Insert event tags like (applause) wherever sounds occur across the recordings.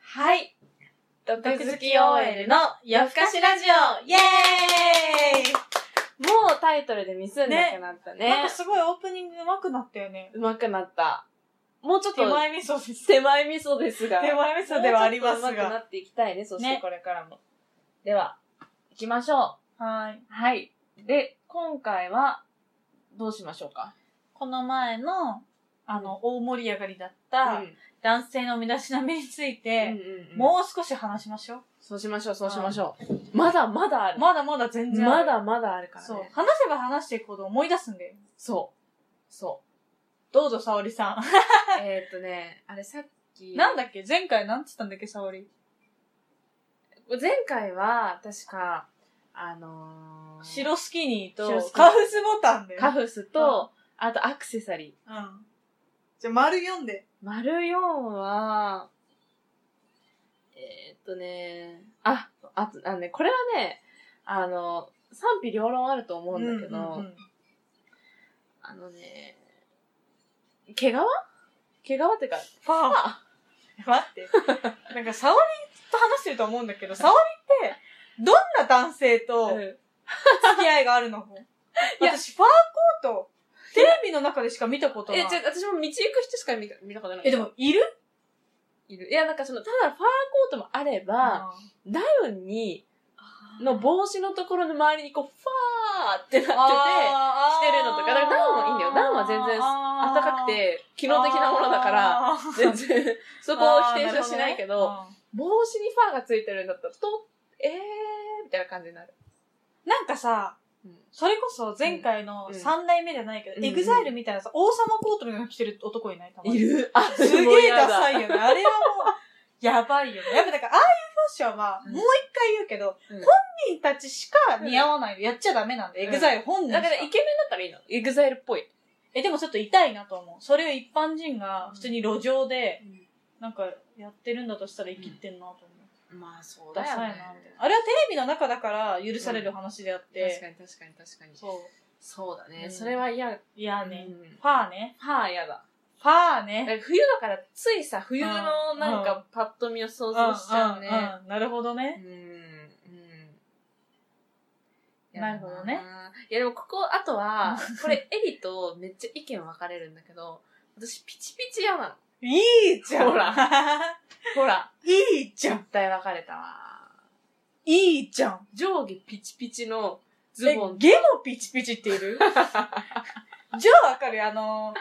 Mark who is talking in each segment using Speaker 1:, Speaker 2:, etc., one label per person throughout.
Speaker 1: はい。毒好き OL の夜更かしラジオイエー
Speaker 2: もうタイトルでミスんなくなった
Speaker 1: イ
Speaker 2: ね。
Speaker 1: すごいオープニング上手くなったよね。
Speaker 2: うまくなった。もうちょっと
Speaker 1: 手前味噌です。
Speaker 2: 手前味噌ですが。
Speaker 1: 手前味噌ではあります
Speaker 2: もうちょっとうまくな
Speaker 1: が。
Speaker 2: っていきたいね、そして
Speaker 1: ね
Speaker 2: これからも。では、行きましょ
Speaker 1: はい。
Speaker 2: う。はい。で、今回は、どうしましょうか。
Speaker 1: この前の、あの、大盛り上がりだっ
Speaker 2: う
Speaker 1: た
Speaker 2: ん、
Speaker 1: 男性の身だしなみについ
Speaker 2: うん
Speaker 1: て、
Speaker 2: うんうん
Speaker 1: もう少し話しましょ
Speaker 2: そうしましょう、そうしましょう。まだまだあ
Speaker 1: う。
Speaker 2: る。
Speaker 1: まだまだ全然あ
Speaker 2: ま
Speaker 1: る。
Speaker 2: だまだあるからね。
Speaker 1: そ
Speaker 2: そうう。。
Speaker 1: 話せば話していくほど思い出すんだよ。
Speaker 2: そう。
Speaker 1: どうぞ、沙織さん。
Speaker 2: (laughs) えーっとね、あれさっき。
Speaker 1: なんだっけ前回なんつったんだっけ、沙織。
Speaker 2: 前回は、確か、あのー、
Speaker 1: 白スキニー
Speaker 2: 白
Speaker 1: と、
Speaker 2: スキニ
Speaker 1: カ
Speaker 2: ー
Speaker 1: フスボタンだよ。
Speaker 2: カフスと、あとアクセサリー。
Speaker 1: うん。じゃあ、丸読んで。
Speaker 2: 丸4は、えーっとね、あ、あと、あのね、これはね、あの、賛否両論あると思うんだけど、
Speaker 1: うんうんうん
Speaker 2: あのね、毛皮毛皮ってか、
Speaker 1: パー。
Speaker 2: あ
Speaker 1: (laughs) 待って。なんか、沙織と話してると思うんだけど、沙織って、どんな男性と
Speaker 2: うん
Speaker 1: 付き合いがあるの
Speaker 2: いや
Speaker 1: 私、ファーコート、テレビの中でしか見たことない。
Speaker 2: え、ちょ、私も道行く人しか見た見たことない。
Speaker 1: えでも、、いる
Speaker 2: いる。いや、なんかその、ただファーコートもあれば、
Speaker 1: あ
Speaker 2: ダウンに、
Speaker 1: ー
Speaker 2: の帽子のところの周りにこう、ファーってなってて、
Speaker 1: あー
Speaker 2: 着てるのとかだからダウンはいいんだよダウンは全然
Speaker 1: あー
Speaker 2: 暖かくて、機能的なものだから、
Speaker 1: あ (laughs) ー
Speaker 2: 全然、そこを否定はしないけど、
Speaker 1: あーなるほね
Speaker 2: 帽子にファーがついてるんだったら、と、えー、みたいな感じになる。
Speaker 1: うんなんかさ、
Speaker 2: うん
Speaker 1: それこそ前回の
Speaker 2: うん
Speaker 1: 3代目じゃないけど、
Speaker 2: うん
Speaker 1: エグザイルみたいなさ、王様コートみたいなの着てる男いないたまに
Speaker 2: いるあ、
Speaker 1: (laughs) すげえダサ
Speaker 2: い。
Speaker 1: いよね。あれはもう、やばいよね。やっぱだから、ああいうファッションは、
Speaker 2: うん
Speaker 1: もう一回言うけど、
Speaker 2: うん
Speaker 1: 本人たちしか似合わない。やっちゃダメなんで、
Speaker 2: うん
Speaker 1: エグザイル本人し
Speaker 2: だ
Speaker 1: か
Speaker 2: からイケメンだったらいいの。エグザイルっぽい。
Speaker 1: え、でもちょっと痛いなと思う。それを一般人が普通に路上で、なんかやってるんだとしたら生きってんなと思う。
Speaker 2: まあ、そう
Speaker 1: ダ
Speaker 2: だ
Speaker 1: サい
Speaker 2: よ
Speaker 1: な、
Speaker 2: ね
Speaker 1: み。たいな。あれはテレビの中だから許される話であって、
Speaker 2: に確かに確かに。
Speaker 1: そう。
Speaker 2: そうだね。
Speaker 1: うん
Speaker 2: それは嫌。フ
Speaker 1: いやね、
Speaker 2: うん
Speaker 1: ファーね。
Speaker 2: ァー嫌だ。
Speaker 1: ファー
Speaker 2: だ
Speaker 1: ね。
Speaker 2: から冬だから、ついさ、冬のなんかパッと見を想像しちゃうね。
Speaker 1: んんうんなるほどね。
Speaker 2: うんうん
Speaker 1: なるほどね。
Speaker 2: いやでもここ、あとは、これエリとめっちゃ意見分かれるんだけど、私ピチピチ嫌なの。
Speaker 1: いいじゃん。
Speaker 2: ほら。ほら、
Speaker 1: (laughs) いいじゃん。
Speaker 2: 絶対分かれたわ。
Speaker 1: いいじゃん。
Speaker 2: 上下ピチピチのズボ
Speaker 1: え
Speaker 2: ン。
Speaker 1: ゲもピチピチってい
Speaker 2: (laughs)
Speaker 1: るじゃあわかるよあの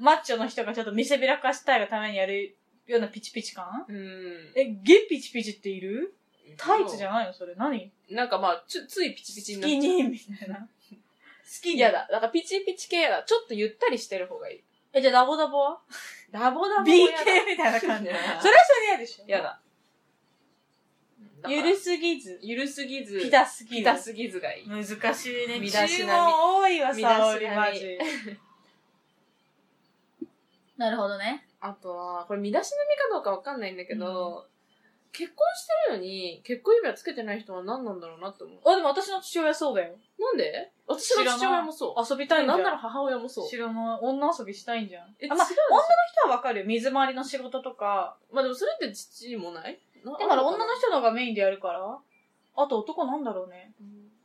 Speaker 1: ー、マッチョの人がちょっと見せびらかしたいがためにやるようなピチピチ感
Speaker 2: うん。
Speaker 1: え、ゲピチピチっているタイツじゃないのそれ何
Speaker 2: なんかまあ、ちょついピチピチ
Speaker 1: ス
Speaker 2: になっちゃ
Speaker 1: キ
Speaker 2: う。
Speaker 1: ニーみたいな。スキニー
Speaker 2: 嫌。だ。だからピチピチ系嫌だ。ちょっとゆったりしてる方がいい。
Speaker 1: え、じゃあダボダボは
Speaker 2: ダボダボ
Speaker 1: ?BK
Speaker 2: も嫌だ。
Speaker 1: みたいな感じ。それは
Speaker 2: (laughs) 嫌だ
Speaker 1: それ嫌でしょ
Speaker 2: 嫌。だ。
Speaker 1: ゆるすぎず、
Speaker 2: ゆるすぎず、
Speaker 1: ピタすぎ
Speaker 2: ピ
Speaker 1: る。
Speaker 2: タすぎずがいい。
Speaker 1: 難しいね。
Speaker 2: 身だしなみ
Speaker 1: 注文多いわ、
Speaker 2: 身だしなみ
Speaker 1: 沙織マジ。 (laughs) なるほどね。
Speaker 2: あとは、これ身だしなみかどうかわかんないんだけど、結婚してるのに結婚指輪つけてない人は何なんだろうなって思う。
Speaker 1: あ、でも私の父親そうだよ。
Speaker 2: なんで私の父親もそう。
Speaker 1: 遊びたい
Speaker 2: あ
Speaker 1: んじゃ
Speaker 2: なん
Speaker 1: ん
Speaker 2: なら母親もそう。
Speaker 1: 白の女遊びしたいんじゃん。
Speaker 2: え、
Speaker 1: あまあ、
Speaker 2: 違う
Speaker 1: 女の
Speaker 2: でしょ
Speaker 1: 人はわかるよ。水回りの仕事とか。
Speaker 2: まあでもそれって父もないだ
Speaker 1: だから女の人の方がメインでやるから。あと男なんだろうね。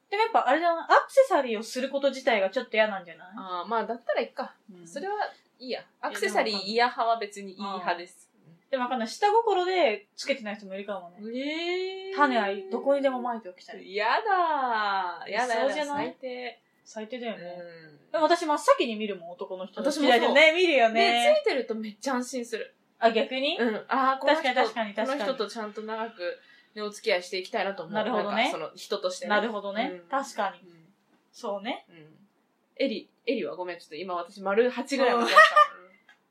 Speaker 1: でもやっぱあれじゃないアクセサリーをすること自体がちょっと嫌なんじゃない、
Speaker 2: ああ、まあだったらいいか。
Speaker 1: うん
Speaker 2: それはいいや。アクセサリーイヤ派は別にいい派です。
Speaker 1: でもわかんない。下心でつけてない人もいるかもね。
Speaker 2: え
Speaker 1: 種はどこにでも撒いておきたい。
Speaker 2: やだー。やだや
Speaker 1: そうじ
Speaker 2: だ、
Speaker 1: ゃない
Speaker 2: 最低。
Speaker 1: 最低だよ
Speaker 2: う
Speaker 1: ね。
Speaker 2: ん
Speaker 1: でも私真っ先に見るもん、男の人の。
Speaker 2: 私もそう
Speaker 1: 嫌いでね、見るよ
Speaker 2: で、
Speaker 1: ね。
Speaker 2: ついてるとめっちゃ安心する。
Speaker 1: あ、逆に、
Speaker 2: うん。ああ、この
Speaker 1: 確
Speaker 2: 人
Speaker 1: かに確かに
Speaker 2: こ
Speaker 1: 確
Speaker 2: の
Speaker 1: か
Speaker 2: 人
Speaker 1: に。
Speaker 2: とちゃんと長く、ね、お付き合いしていきたいなと思う。
Speaker 1: なるほどね
Speaker 2: なんかその人としてね、
Speaker 1: なるほどね、
Speaker 2: うん
Speaker 1: 確かに。
Speaker 2: うん
Speaker 1: そうね。
Speaker 2: うん。エリ、エリはごめん、ちょっと今私丸8ぐらいまで出し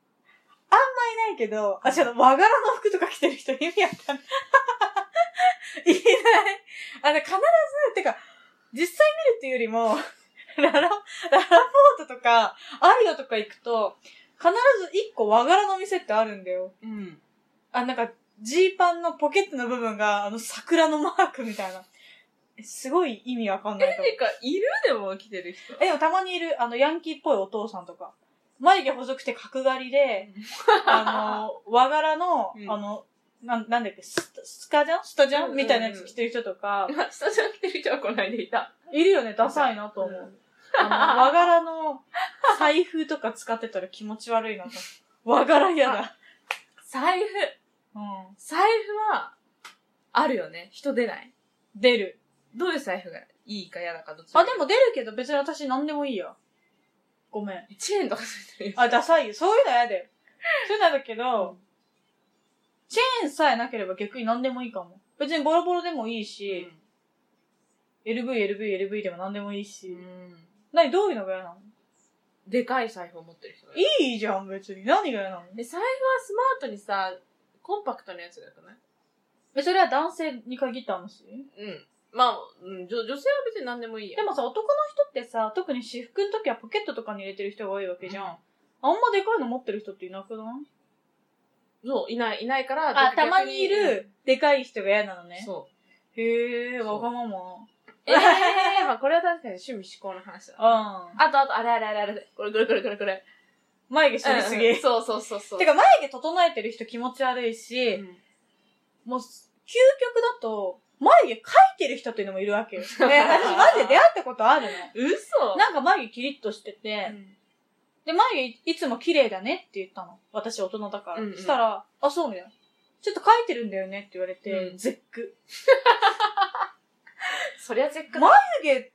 Speaker 1: いないけど、あ、ちょっと和柄の服とか着てる人意味わかんない。 (laughs) いない。あの、必ず、てか、実際見るっていうよりも、ララ、ララポートとか、アリオとか行くと、必ず一個和柄の店ってあるんだよ。
Speaker 2: た。うん。
Speaker 1: あ、なんか、ジーパンのポケットの部分が、あの、桜のマークみたいな。えすごい意味わかんないと思う
Speaker 2: てか、いるでも来てる人。
Speaker 1: え、でもたまにいる、あの、ヤンキーっぽいお父さんとか。眉毛細くて角刈りで、あの、和柄の
Speaker 2: う、ん
Speaker 1: あの、なんなんだっけ、ススカジャンスタジャ
Speaker 2: うんうん
Speaker 1: ン
Speaker 2: うん
Speaker 1: みたいなやつ着てる人とか、
Speaker 2: あ、下じゃってる人はこないでいた。
Speaker 1: いるよね、ダサいなと思う。あの和柄の財布とか使ってたら気持ち悪いなと思う。和柄嫌だ。
Speaker 2: (laughs) 財布。
Speaker 1: うん。
Speaker 2: 財布は、あるよね。人出ない。
Speaker 1: 出る。
Speaker 2: どういう財布がいいか嫌だかどっち
Speaker 1: あ、でも出るけど別に私何でもいいや。ごめん。
Speaker 2: も、チェーンとかついてるよ。
Speaker 1: あ、ダサいよ。そういうの嫌だよ。そういうの嫌だけど、チェーンさえなければ逆に何でもいいかも。別にボロボロでもいいし、LV、LV、LV でも何でもいいし。
Speaker 2: うん
Speaker 1: 何、どういうのが嫌なの
Speaker 2: でかい財布を持ってる人がいる
Speaker 1: いいじゃん、別に。何が嫌なの
Speaker 2: で、財布はスマートにさ、コンパクトなやつがよくない
Speaker 1: え、それは男性に限った話
Speaker 2: うん。まあ、うん、女女性は別に何でもいいや
Speaker 1: で。もさ、男の人ってさ、特に私服の時はポケットとかに入れてる人が多いわけじゃん。あんまでかいの持ってる人っていなくない
Speaker 2: そう、いない、いないから、
Speaker 1: あ、
Speaker 2: 逆
Speaker 1: たまにいる、でかい人が嫌なの
Speaker 2: うん
Speaker 1: ね。
Speaker 2: そ
Speaker 1: へえ、
Speaker 2: そう
Speaker 1: わがまま。
Speaker 2: う。ええ (laughs) まあこれは確かに趣味思考の話だ。あ
Speaker 1: あ
Speaker 2: とあと、あれあれあれあれ。これこれこれこれこれ。
Speaker 1: 眉毛しりすぎ。
Speaker 2: うんうんそうそうそうそう。
Speaker 1: てか、眉毛整えてる人気持ち悪いし、
Speaker 2: うん、
Speaker 1: もう、究極だと、眉毛描いてる人っていうのもいるわ
Speaker 2: (laughs)
Speaker 1: けよ。ね、私マジで出会ったことあるの。
Speaker 2: 嘘
Speaker 1: なんか眉毛キリッとしてて、
Speaker 2: うん
Speaker 1: で、眉毛いつも綺麗だねって言ったの。私大人だから。
Speaker 2: うんうん
Speaker 1: したら、あ、そうみたいな。ちょっと描いてるんだよねって言われて、
Speaker 2: うん
Speaker 1: 絶句。
Speaker 2: そりゃ絶対。
Speaker 1: ま眉毛っ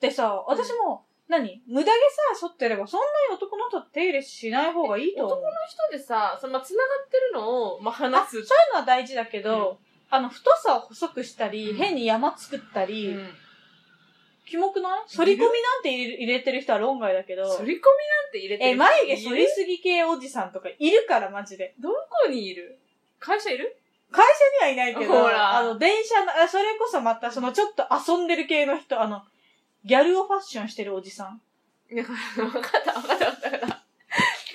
Speaker 1: てさ、私も、何無駄毛さえ剃ってれば、そんなに男の人は手入れしない方がいいと思う。
Speaker 2: 男の人でさ、その、まあ、繋がってるのを、まあ、
Speaker 1: あ
Speaker 2: 話
Speaker 1: そうい
Speaker 2: す
Speaker 1: う。のは大事だけど、あの、太さを細くしたり、
Speaker 2: うん
Speaker 1: 変に山作ったり、
Speaker 2: うん
Speaker 1: キモくない反り込みなんて入れ入れてる人は論外だけど、
Speaker 2: 反り込みなんて入れてる
Speaker 1: え、
Speaker 2: 人いる
Speaker 1: 眉毛反りすぎ系おじさんとかいるから、マジで。
Speaker 2: どこにいる会社いる (laughs)
Speaker 1: 会社にはいないけど、
Speaker 2: ほら
Speaker 1: あの、電車の、あそれこそまた、そのちょっと遊んでる系の人、あの、ギャルをファッションしてるおじさん。
Speaker 2: なんか、わかったわかったわかった。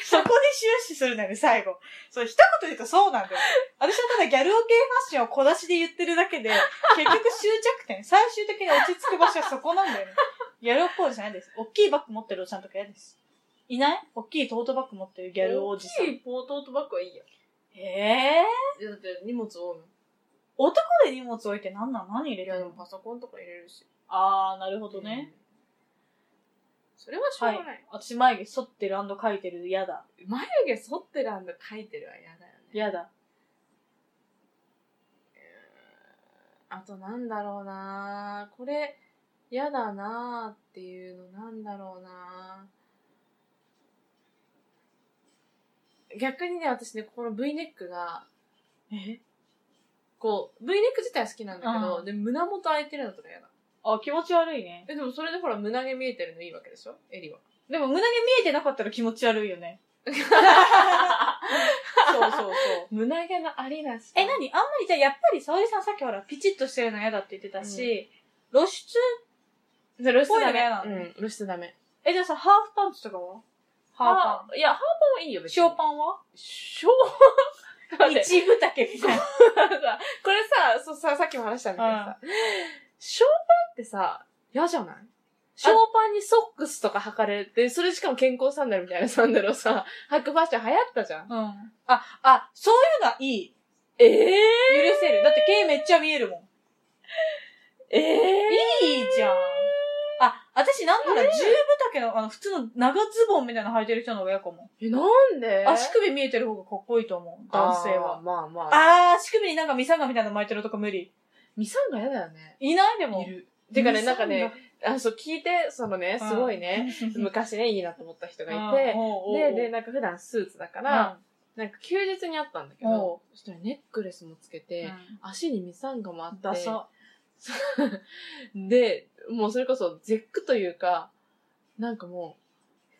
Speaker 1: そこに終始するんだよね、最後。そう、一言言うとそうなんだよ。私はただギャルオ系ファッションを小出しで言ってるだけで、結局終着点、最終的に落ち着く場所はそこなんだよね。ギャルオっぽいじゃないです。大きいバッグ持ってるおじさんとか嫌です。いない大きいトートバッグ持ってるギャルおじさん。
Speaker 2: 大きいポートートバッグはいいや。
Speaker 1: ええー、
Speaker 2: いやだって荷物多いもん。
Speaker 1: 男で荷物置いて何なん何入れ
Speaker 2: い
Speaker 1: て
Speaker 2: や、
Speaker 1: る
Speaker 2: でも
Speaker 1: の
Speaker 2: パソコンとか入れるし。
Speaker 1: あー、なるほどね。
Speaker 2: それはしょうがない。
Speaker 1: 私眉毛剃ってる描いてる嫌だ。
Speaker 2: 眉毛剃ってるの書いてるは嫌だよね。
Speaker 1: 嫌だ。
Speaker 2: あとなんだろうなこれ、嫌だなっていうのなんだろうな逆にね、私ね、ここの V ネックが、
Speaker 1: え
Speaker 2: こう、V ネック自体は好きなんだけど、
Speaker 1: う
Speaker 2: で、胸元開いてるのとか嫌だ。
Speaker 1: あ、気持ち悪いね。
Speaker 2: (laughs) え、でもそれでほら、胸毛見えてるのいいわけでしょ
Speaker 1: (laughs)
Speaker 2: エリは。
Speaker 1: でも胸毛見えてなかったら気持ち悪いよね。そうそうそう。
Speaker 2: 胸毛のありなし
Speaker 1: え、なにあんまりじゃあやっぱり沙織さんさっきほらピチッとしてるの嫌だって言ってたし、露出
Speaker 2: それ露出ダ
Speaker 1: こういうの嫌なの
Speaker 2: メ。うん、露出ダメ。
Speaker 1: え、じゃあさ、ハーフパンツとかはハーパン。
Speaker 2: ン。いや、ハーパンはいいよ、別に
Speaker 1: 小パンは
Speaker 2: 小パン待って
Speaker 1: 一分丈みたいな。
Speaker 2: (laughs) さこれさ、そうさ、さっきも話したんだけどさ、小パンってさ、嫌じゃない小パンにソックスとか履かれて、それしかも健康サンダルみたいなサンダルをさ、履くファッション流行ったじゃん。
Speaker 1: うん。あ、あ、そういうのはいい。
Speaker 2: ええ
Speaker 1: 許せる。だって毛めっちゃ見えるもん。
Speaker 2: ええ
Speaker 1: いいじゃん。あ、私なんなら十分丈の、あの、普通の長ズボンみたいなの履いてる人の方が嫌かも。
Speaker 2: え、なんで
Speaker 1: 足首見えてる方がかっこいいと思う、男性
Speaker 2: あー
Speaker 1: は。
Speaker 2: まあまあ。
Speaker 1: あー、足首になんかミサンガみたいなの巻いてるとか無理。
Speaker 2: ミサンが嫌だよね。
Speaker 1: いないでも。
Speaker 2: る。てかね、
Speaker 1: ミ
Speaker 2: な
Speaker 1: サン
Speaker 2: ん
Speaker 1: ガ
Speaker 2: かね、、あそう、聞いて、そのね、すごいね、
Speaker 1: うん。
Speaker 2: 昔ね、いいなと思った人がい
Speaker 1: うん
Speaker 2: て、
Speaker 1: おうおうおう
Speaker 2: で、で、なんか普段スーツだから、なんか休日にあったんだけど、そしたらネックレスもつけ
Speaker 1: うん
Speaker 2: て、足にミサンガもあ
Speaker 1: ダ
Speaker 2: って、
Speaker 1: サ。
Speaker 2: (laughs) で、もうそれこそ絶句というか、なんかも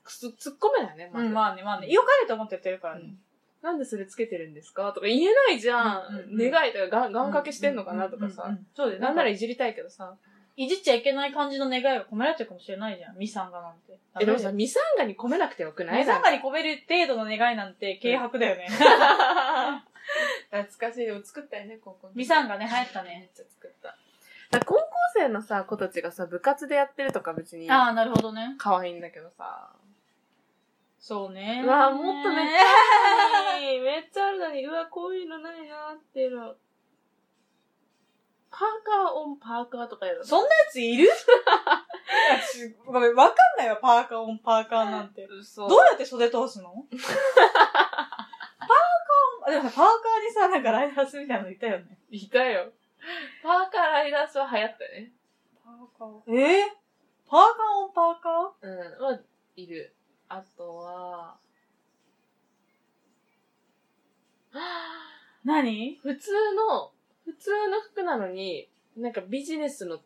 Speaker 2: う、くす突っ込めないね、ま
Speaker 1: う
Speaker 2: ず
Speaker 1: ん、まあね、まあね。良かれと思ってやってるから
Speaker 2: う
Speaker 1: ね
Speaker 2: ん。なんでそれつけてるんですかとか言えないじゃん。
Speaker 1: うんうん
Speaker 2: 願いとか、がん願掛けしてんのかなとか
Speaker 1: うんう
Speaker 2: さ
Speaker 1: んう。ん。そうで、な
Speaker 2: な
Speaker 1: ん
Speaker 2: ん
Speaker 1: な
Speaker 2: なら
Speaker 1: ら、
Speaker 2: いじりたいけどさ。
Speaker 1: いじっちゃいけない感じの願いが込められてるかもしれないじゃん。ミサンガなんて。
Speaker 2: え、でもさ、ミサンガに込めなくてよくない
Speaker 1: ミサンガに込める程度の願いなんて、軽薄だよね。
Speaker 2: なんか (laughs) 懐かしい。でも作ったよね、高校の時
Speaker 1: ミサンガね、流行ったね。
Speaker 2: めっちゃ作った。だから高校生のさ、子たちがさ、部活でやってるとか別に、
Speaker 1: ああ、なるほどね。
Speaker 2: 可愛いんだけどさ。
Speaker 1: そうね。
Speaker 2: うわもっとめっちゃあるのに、めっちゃあるのに、うわ、こういうのないなっていうの。パーカーオンパーカーとかやるの
Speaker 1: そんなやつ (laughs) いる私ごめん、わかんないわ、パーカーオンパーカーなんて。
Speaker 2: 嘘
Speaker 1: どうやって袖通 (laughs) すのパーカー、でもさ、パーカーにさ、なんかライダースみたいなのいたよね。
Speaker 2: いたよ。パーカーライダースは流行ったね。
Speaker 1: パーカー。えー、パーカーオンパーカー
Speaker 2: うん。は、いる。あとは、はぁ
Speaker 1: 何
Speaker 2: 普通の、普通の服なのに、なんかビジネスの、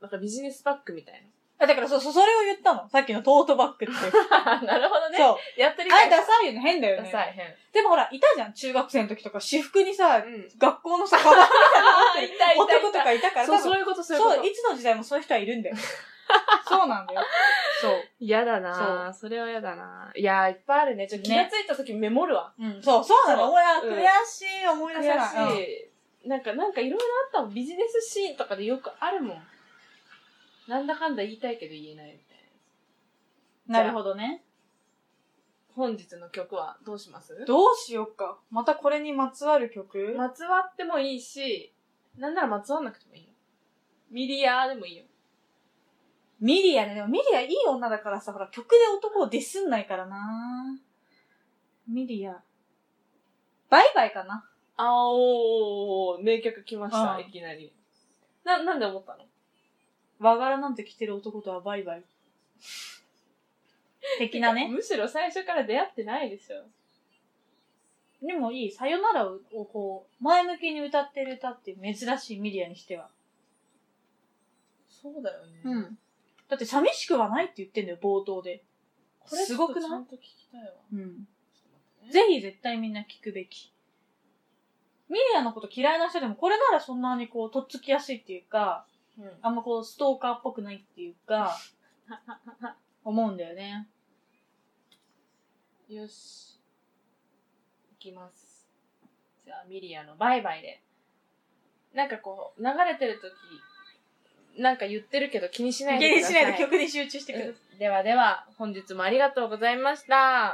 Speaker 2: なんかビジネスバッグみたい
Speaker 1: あ、だからそ、そ、それを言ったの。さっきのトートバ (laughs) ッグって。
Speaker 2: な。なるほどね。
Speaker 1: そう。
Speaker 2: やってる
Speaker 1: あれダサいよね。変だよ
Speaker 2: ダ
Speaker 1: ね。
Speaker 2: サい、変。
Speaker 1: でもほら、いたじゃん。中学生の時とか、私服にさ、
Speaker 2: うん。
Speaker 1: 学校のさ、カバンみたいなの持ってる
Speaker 2: いたいたいた
Speaker 1: (laughs) 男とかいたから、
Speaker 2: そう、
Speaker 1: 多分
Speaker 2: そういうこと、そういうこ
Speaker 1: そう
Speaker 2: と。
Speaker 1: いつの時代もそういう人はいる (laughs) んだよ。そうなんだよ。そう。
Speaker 2: 嫌だなぁ。それは嫌だなぁ。いやーいっぱいあるね。ちょっと気が
Speaker 1: ね
Speaker 2: ついた時メモるわ。
Speaker 1: うん、そう、そうなの。
Speaker 2: そう
Speaker 1: おや、
Speaker 2: うん
Speaker 1: 悔しい、思い出
Speaker 2: 悔
Speaker 1: せない。
Speaker 2: しい。なんか、なんかいろいろあったもん。ビジネスシーンとかでよくあるもん。なんだかんだ言いたいけど言えないみたいな。
Speaker 1: うんなるほどね。
Speaker 2: 本日の曲はどうします
Speaker 1: どうしようか。またこれにまつわる曲、
Speaker 2: まつわってもいいし、なんならまつわんなくてもいいよ。ミリアーでもいいよ。
Speaker 1: ミリアね。でもミリアいい女だからさ、ほら、曲で男をディスんないからなミリア。バイバイかな。
Speaker 2: あおー、名曲来ました、
Speaker 1: うん
Speaker 2: いきなり。な、なんで思ったの
Speaker 1: 和柄なんて着てる男とはバイバ (laughs) イ。的なね。
Speaker 2: むしろ最初から出会ってないでしょ。
Speaker 1: でもいい、さよならをこう、前向きに歌ってる歌って珍しいミリアにしては。
Speaker 2: そうだよね。
Speaker 1: ん。だって寂しくはないって言ってんだよ、冒頭で。
Speaker 2: これ
Speaker 1: すごく
Speaker 2: ちょっとちゃ
Speaker 1: なん
Speaker 2: と聞きたいわ。
Speaker 1: いうん。
Speaker 2: ちょっと待ってね
Speaker 1: ぜひ絶対みんな聞くべき。ミリアのこと嫌いな人でも、これならそんなにこう、とっつきやすいっていうか、
Speaker 2: うん
Speaker 1: あんまこう、ストーカーっぽくないっていう (laughs) か、思うんだよね。
Speaker 2: よし。いきます。じゃあ、ミリアのバイバイで。なんかこう、流れてるとき、なんか言ってるけど気にしない
Speaker 1: 気にしない
Speaker 2: で
Speaker 1: で曲に集中してください。
Speaker 2: ではでは、本日もありがとうございました。